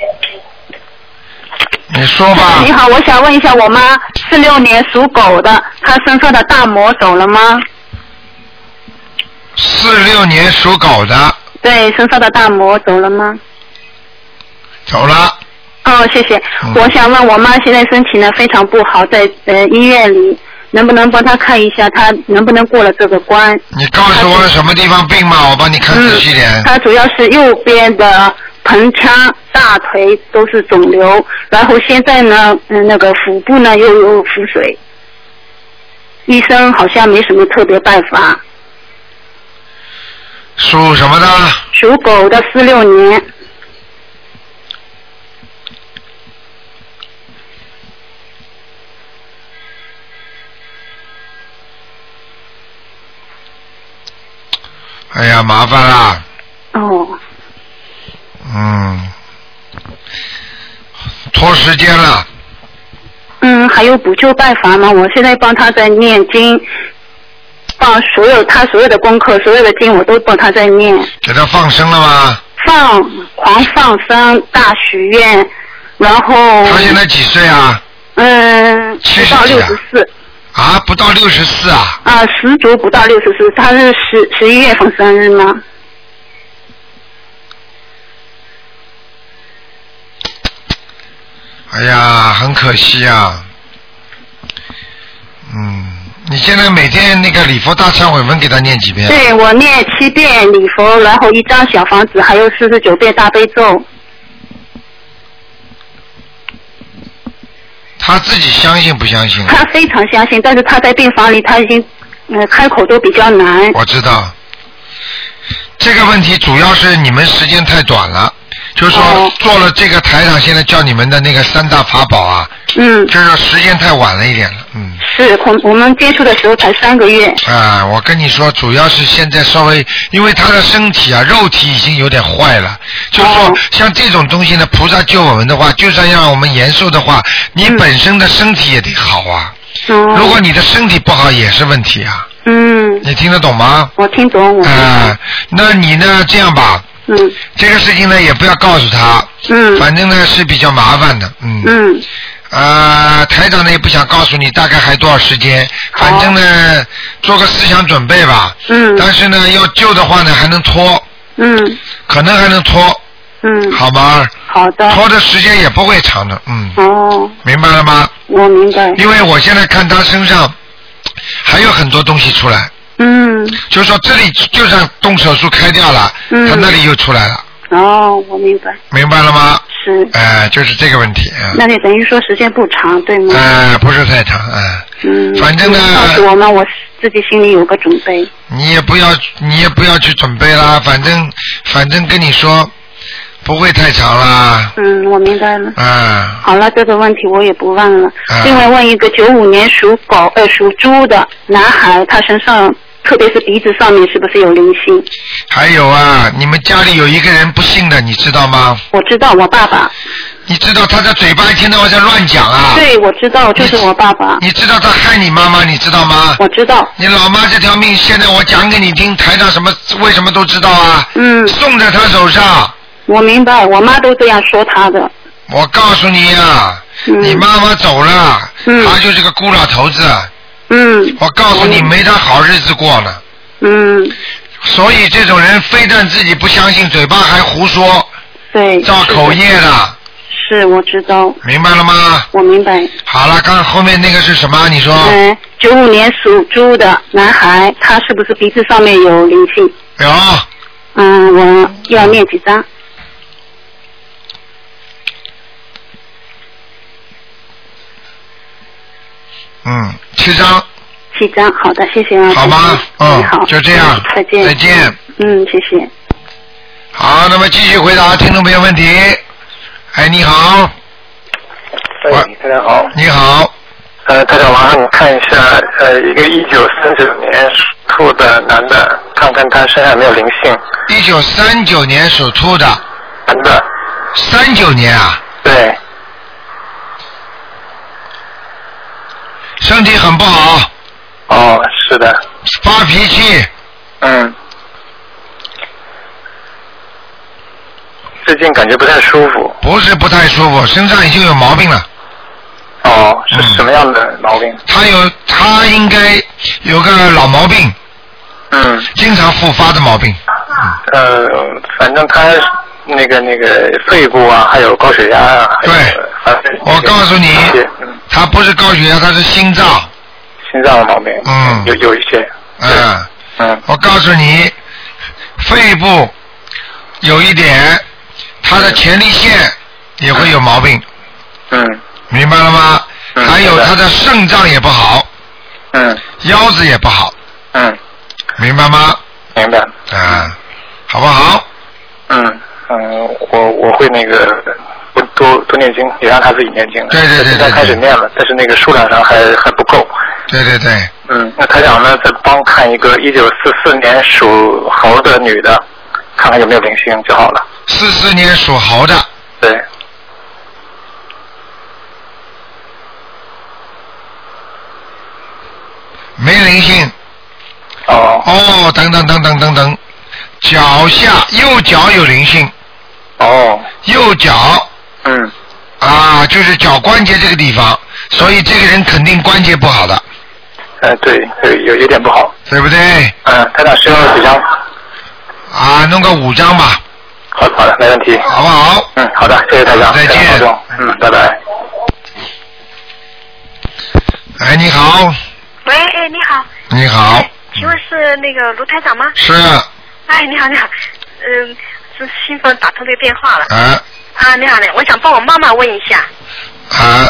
你说吧，
哎你好，我想问一下，我妈四六年属狗的，她身上的大魔走了吗？
四六年属狗的
对，身上的大魔走了吗？
走了，
哦，谢
嗯
谢。我想问我妈现在身体呢非常不好，在呃医院里，能不能帮她看一下，她能不能过了这个关？
你告诉我什么地方病吗？我帮你看仔细点。
她主要是右边的盆腔、大腿都是肿瘤，然后现在呢，嗯，那个腹部呢又有腹水，医生好像没什么特别办法。
属什么的？
属狗的四六年。
哎呀，麻烦啦，
哦，
嗯，拖时间了，
嗯，还有补救办法吗？我现在帮他在念经，帮所有他所有的功课、所有的经我都帮他在念，
给他放生了吗？
放狂放生、大许愿，然后
他现在几岁啊？
嗯，
七
不
十
到
几
六
啊
十四
啊，不到六十四啊，
啊，十足不到六十四，他是十十一月份生日吗？
哎呀，很可惜啊。嗯，你现在每天那个礼佛大忏悔文给他念几遍？
对我念七遍礼佛，然后一张小房子，还有四十九遍大悲咒。
他自己相信不相信啊？
他非常相信，但是他在病房里，他已经呃开口都比较难。 *laughs*
我知道，这个问题主要是你们时间太短了，就是
哦
说做了这个台长现在教你们的那个三大法宝啊，
嗯，
就是时间太晚了一点了，嗯，
是，我我们接触的时候才三个月。
啊，我跟你说，主要是现在稍微，因为他的身体啊，肉体已经有点坏了，就是
哦
说像这种东西呢，菩萨救我们的话，就算让我们延寿的话，你
嗯
本身的身体也得好啊，
哦
如果你的身体不好也是问题啊，
嗯，
你听得懂吗？
我听懂，我
啊、
嗯
那你呢？这样吧，
嗯，
这个事情呢也不要告诉他，
嗯，
反正呢是比较麻烦的，嗯，
嗯，
呃，台长呢也不想告诉你大概还多少时间，反正呢做个思想准备吧。
嗯。
但是呢，要救的话呢还能拖，
嗯
可能还能拖，
嗯，
好吗？
好的。
拖的时间也不会长的，嗯，
哦，
明白了吗？
我明白。
因为我现在看他身上还有很多东西出来，
嗯，
就是说这里就算动手术开掉了，
嗯
他那里又出来了，
哦，我明白，
明白了吗？
是，
哎、就是这个问题，嗯、
那就等于说时间不长，对吗？
哎、不是太长，哎、
嗯，
反正呢
你告诉我们，我自己心里有个准备。
你也不要，你也不要去准备啦，反正反正跟你说不会太长啦，
嗯，我明白了。
嗯，
好了，这个问题我也不问了。
啊
另外问一个九五年属狗呃属猪的男孩，他身上特别是鼻子上面是不是有灵性？
还有啊，你们家里有一个人不信的，你知道吗？
我知道我爸爸，
你知道他的嘴巴一天到晚在乱讲啊，
对，我知道就是我爸爸。
你知道他害你妈妈，你知道吗？
我知道。
你老妈这条命，现在我讲给你听，台上什么为什么都知道啊？
嗯。
送在他手上，
我明白，我妈都这样说他的。嗯
我告诉你啊，你妈妈走了，他就是个孤老头子。
嗯。
我告诉你，没他好日子过呢。
嗯。
所以这种人非但自己不相信，嘴巴还胡说，
对。
造口业的，
是，我知道，
明白了吗？
我明白。
好了，刚后面那个是什么？你说
嗯，九五年属猪的男孩，他是不是鼻子上面有灵性？
有
嗯，我要念几张？
嗯，七张，
七张，好的，谢谢啊。
好吗？嗯
你好，
就这样
嗯再见。
再见。
嗯，谢谢。
好，那么继续回答听众朋友问题。哎，你好，
哎，大家好。
你好。
呃，大家麻烦看一下，呃，一个一九三九年属兔的男的，看看他身上有没有灵性。
一九三九年属兔的。
男的。
三九年啊。
对。
身体很不好。
哦，是的。
发脾气。
嗯。最近感觉不太舒服。
不是不太舒服，身上已经有毛病了。
哦，是什么样的毛病？
他有，他应该有个老毛病，
嗯，
经常复发的毛病。嗯
呃，反正他那个那个肺部啊，还有高血压啊，对，
我告诉你，他不是高血压，他是心脏。
心脏的毛病，
嗯，
有有一些，
嗯。
嗯。
我告诉你，肺部有一点，他的前列腺也会有毛病，
嗯
明白了吗？
嗯
还有
明白
他的肾脏也不好，
嗯
腰子也不好，
嗯，
明白吗？
明白。
啊，好不好？
嗯嗯，我我会那个多多多念经，也让他自己念经。
对对对对
现在开始念了，但是那个数量上还还不够。
对对对，
嗯，那台长呢，再帮看一个一九四四年属猴的女的，看看有没有灵性就好了。
四四年属猴的，
对，
没灵性。
哦。
哦，等等等等等等，脚下右脚有灵性。
哦。
右脚。
嗯。
啊，就是脚关节这个地方，所以这个人肯定关节不好的，
呃，对，对有有点不好。
对不对？
嗯，台长需要几张？
啊，弄个五张吧，
好的好的，没问题。
好不好？
嗯，好的，谢谢台长。
再见
台长保重。嗯，拜拜。
哎，你好，
喂，哎，你好，
你好，
请问是那个卢台长吗？
是。
哎，你好，你好，嗯，是兴奋打通这个电话了。
啊
啊，你好嘞，我想帮我妈妈问一下，
啊，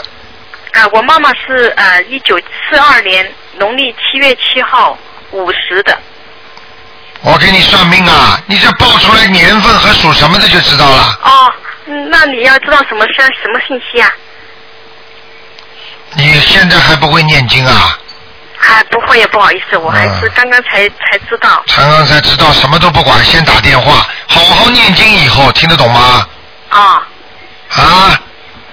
啊，我妈妈是呃一九四二年农历七月七号五十的，
我给你算命啊，你这报出来年份和属什么的就知道了。
哦，嗯那你要知道什么事什么信息啊？
你现在还不会念经啊？
哎，不会也不好意思，我还
嗯
是刚刚才才知道。
刚刚才知道什么都不管，先打电话，好好念经，以后听得懂吗？
啊，
啊，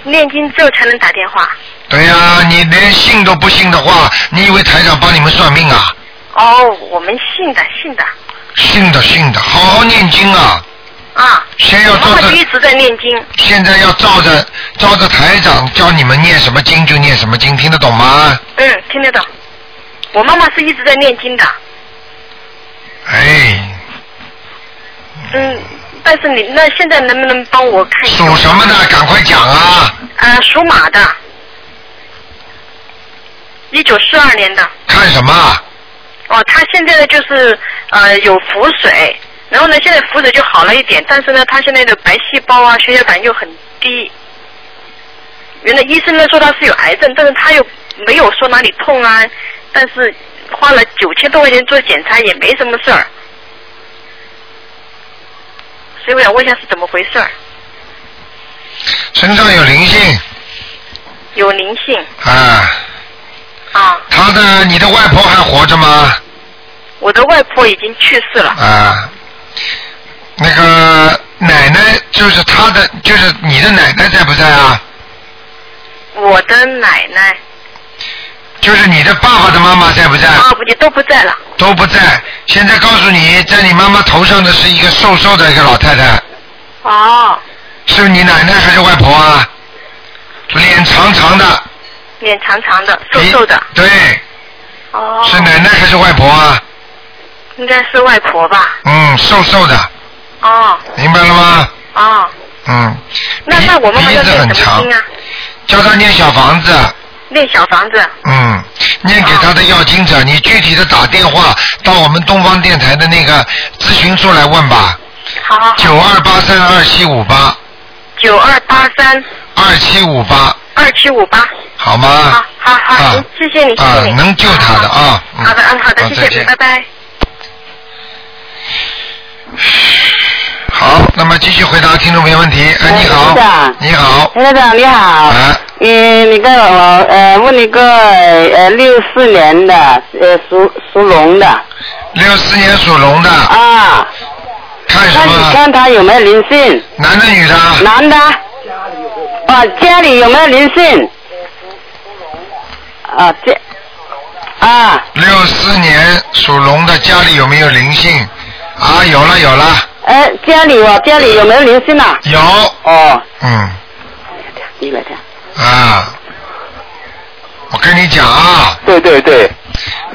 念经之后才能打电话。
对呀、你连信都不信的话，你以为台长帮你们算命啊？
哦，我们信的信的。
信的信的，好好念经啊！
啊，
先要
我
做
妈妈
这
就一直在念经，
现在要照着照着台长教你们念什么经就念什么经，听得懂吗？
嗯，听得懂。我妈妈是一直在念经的，
哎，
嗯，但是你那现在能不能帮我看一下？
属什么的？赶快讲啊！
呃，属马的，一九四二年的。
看什么？
哦，他现在呢就是呃有腹水，然后呢现在腹水就好了一点，但是呢他现在的白细胞啊血小板又很低。原来医生呢说他是有癌症，但是他又没有说哪里痛啊，但是花了九千多块钱做检查也没什么事儿。所以我想问一下是怎么回事儿？
身上有灵性
有灵性
啊。
啊。
他的，你的外婆还活着吗？
我的外婆已经去世了。
啊，那个奶奶就是他的，就是你的奶奶在不在啊？
我的奶奶
就是你的爸爸的妈妈在不在？
啊，不就都不在了。
都不在。现在告诉你，在你妈妈头上的是一个瘦瘦的一个老太太，
哦，
是你奶奶还是外婆啊？脸长长的，
脸长长的，瘦瘦的，
对，
哦，
是奶奶还是外婆啊？
应该是外婆吧？
嗯，瘦瘦的，
哦，
明白了吗？
哦，
嗯，
那那我妈妈要
鼻子
念
很
什么
长
经啊？
叫他念小房子，
念小房子。
嗯，念给他的要经
嗯
者，你具体的打电话到我们东方电台的那个咨询处来问吧。
好好好。
九二八三二七五八
九二八三
二七五八，
二七五八。
好吗？
好好，行谢谢你，谢
啊
谢，你。
能救他的啊。嗯
好的，嗯，好的，
好
谢
再
谢
见
你，拜拜。
好，那么继续回答听众朋友问题。哎，你好，你好，
台长你好，嗯，你跟我呃问一个呃六四年的呃属属龙的
六四年属龙的，
啊，
看
什么？你看他有没有灵性？
男的女的？
男的。啊，家里有没有灵性？啊，这啊。
六四年属龙的家里有没有灵性？啊，有了有了，
呃，家里哦，家里有没有灵性啊？
有。
哦，
嗯
你来看。
啊，我跟你讲啊，
对对对，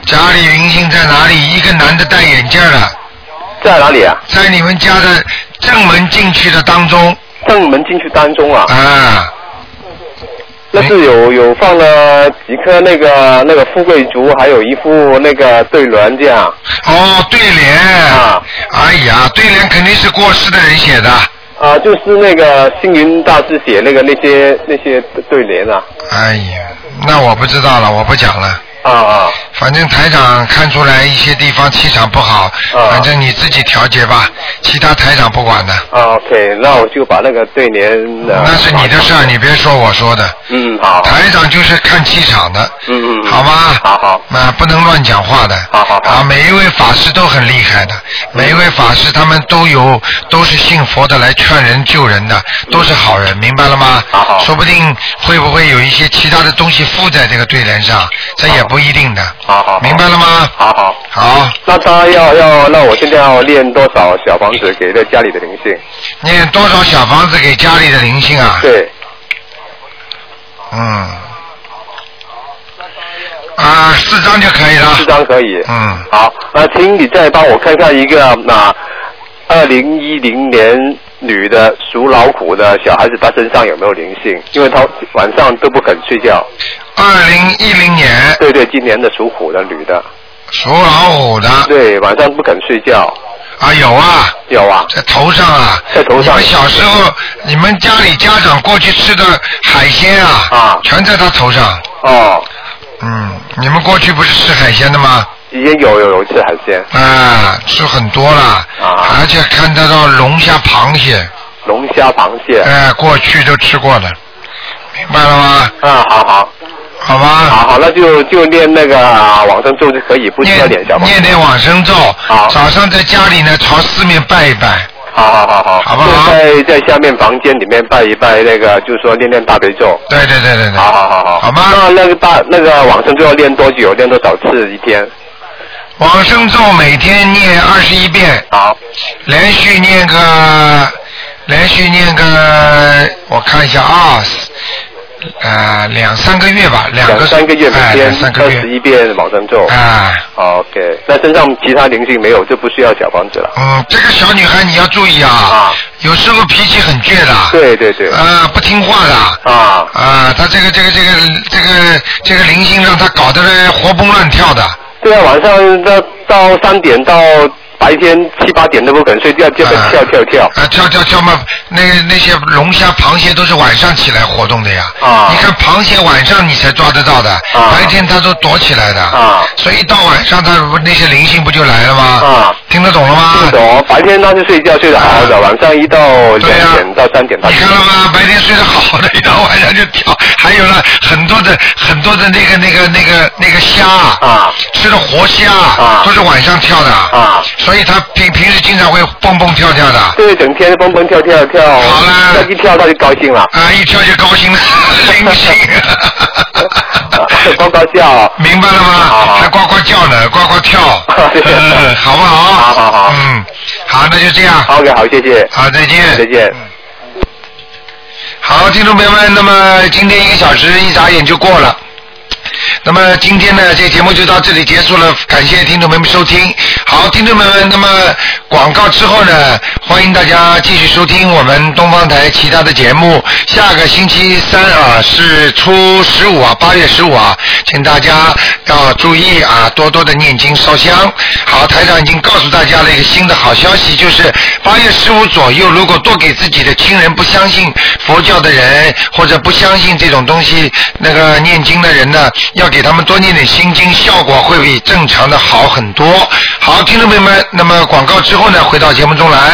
家里灵性在哪里？一个男的戴眼镜的，
在哪里啊？
在你们家的正门进去的当中，
正门进去当中啊。
啊。
那是有有放了几颗那个那个富贵竹，还有一副那个对联这样。
哦，对联。啊。哎呀，对联肯定是过世的人写的。
啊，就是那个星云大师写那个那些那些对联啊。
哎呀，那我不知道了，我不讲了。
啊啊。
反正台长看出来一些地方气场不好，反正你自己调节吧，其他台长不管的。
啊，OK，那我就把那个对联的。
那是你的事儿，你别说我说的。
嗯，好。
台长就是看气场的。
嗯嗯。
好吗？
好好。
那不能乱讲话的。好好啊，每一位法师都很厉害的，
嗯
每一位法师他们都有都是信佛的来劝人救人的，
嗯
都是好人，明白了吗？好好。说不定会不会有一些其他的东西附在这个对联上，这也不一定的。
好好。嗯
明白了吗？
好好。
好。
那他要要，那我现在要练多少小房子给在家里的灵性？
念多少小房子给家里的灵性啊？
对。
嗯。啊，四张就可以了。
四张可以。
嗯。
好，那请你再帮我看看一个那二零一零年女的属老虎的小孩子，她身上有没有灵性？因为她晚上都不肯睡觉。
二零一零年。
对对，今年的属虎的女的。
属老虎的。
对，晚上不肯睡觉。
啊，有啊。
有啊。
在头上啊。
在头上。
你们小时候，你们家里家长过去吃的海鲜啊，
啊
全在他头上。
哦，
嗯，你们过去不是吃海鲜的吗？
以前有有有吃海鲜，
啊，吃很多了，啊、而且看得到龙虾、螃蟹，
龙虾、螃蟹。
哎、过去都吃过的，明白了吗？
啊，好好。
好吧。 *laughs*
好好，那就就念那个啊往生咒就可以，不需要点小房子。
念点往生咒，早上在家里呢朝四面拜一拜，
好好好好，好不好？在在下面房间里面拜一拜那个，就是说念念大悲咒。
对对对对对。
好好好好。好吗？那那个大那个往生咒要念多久？念多少次一天？
往生咒每天念二十一遍。
好。
连续念个，连续念个，我看一下啊，呃，两三个月吧，两
两
个
三个月每
哎
天
两三
二
个
十
月。
一遍往生咒。
啊。
OK，那身上其他灵性没有，就不需要小房子了。
嗯，这个小女孩你要注意啊，有时候脾气很倔的，
对对对。
啊，不听话的。
啊。
啊，她这个这个这个这个这个灵性让她搞得活蹦乱跳的。
对啊，晚上到到三点到白天七八点都不肯睡觉，就会跳跳跳。
啊，跳跳跳嘛，那那些龙虾、螃蟹都是晚上起来活动的呀。
啊
你看螃蟹晚上你才抓得到的，白天它都躲起来的。
啊。
所以到晚上它不那些灵性不就来了吗？
啊。
听得懂了吗？
听得懂，白天他就睡觉睡得好好的，晚上一到两点到三点他就。
啊，白天睡得好的，一到晚上就跳，还有呢，很多的很多的那个那个那个那个虾
啊，
吃的活虾
啊
都是晚上跳的
啊，
所以他平平时经常会蹦蹦跳跳的啊，
对，整天蹦蹦跳跳跳，好一跳他就高兴了，
啊一跳就高兴了， *laughs* 灵性，
*laughs* 呱呱叫，
明白了
啊
吗？还呱呱叫呢，呱呱跳，嗯，好不好？好
好好，
嗯，好，那就这样。
OK，好，谢谢。
好，再见。
再见。
好，听众朋友们，那么今天一个小时一眨眼就过了。那么今天呢，这节目就到这里结束了，感谢听众朋友们收听。好，听众朋友们，那么广告之后呢，欢迎大家继续收听我们东方台其他的节目。下个星期三啊是初十五啊，八月十五啊，请大家要注意啊，多多的念经烧香。好，台长已经告诉大家了一个新的好消息，就是八月十五左右，如果多给自己的亲人不相信佛教的人，或者不相信这种东西，那个念经的人呢，要给他们多念点心经，效果会比正常的好很多。好，听众朋友们，那么广告之后呢，回到节目中来。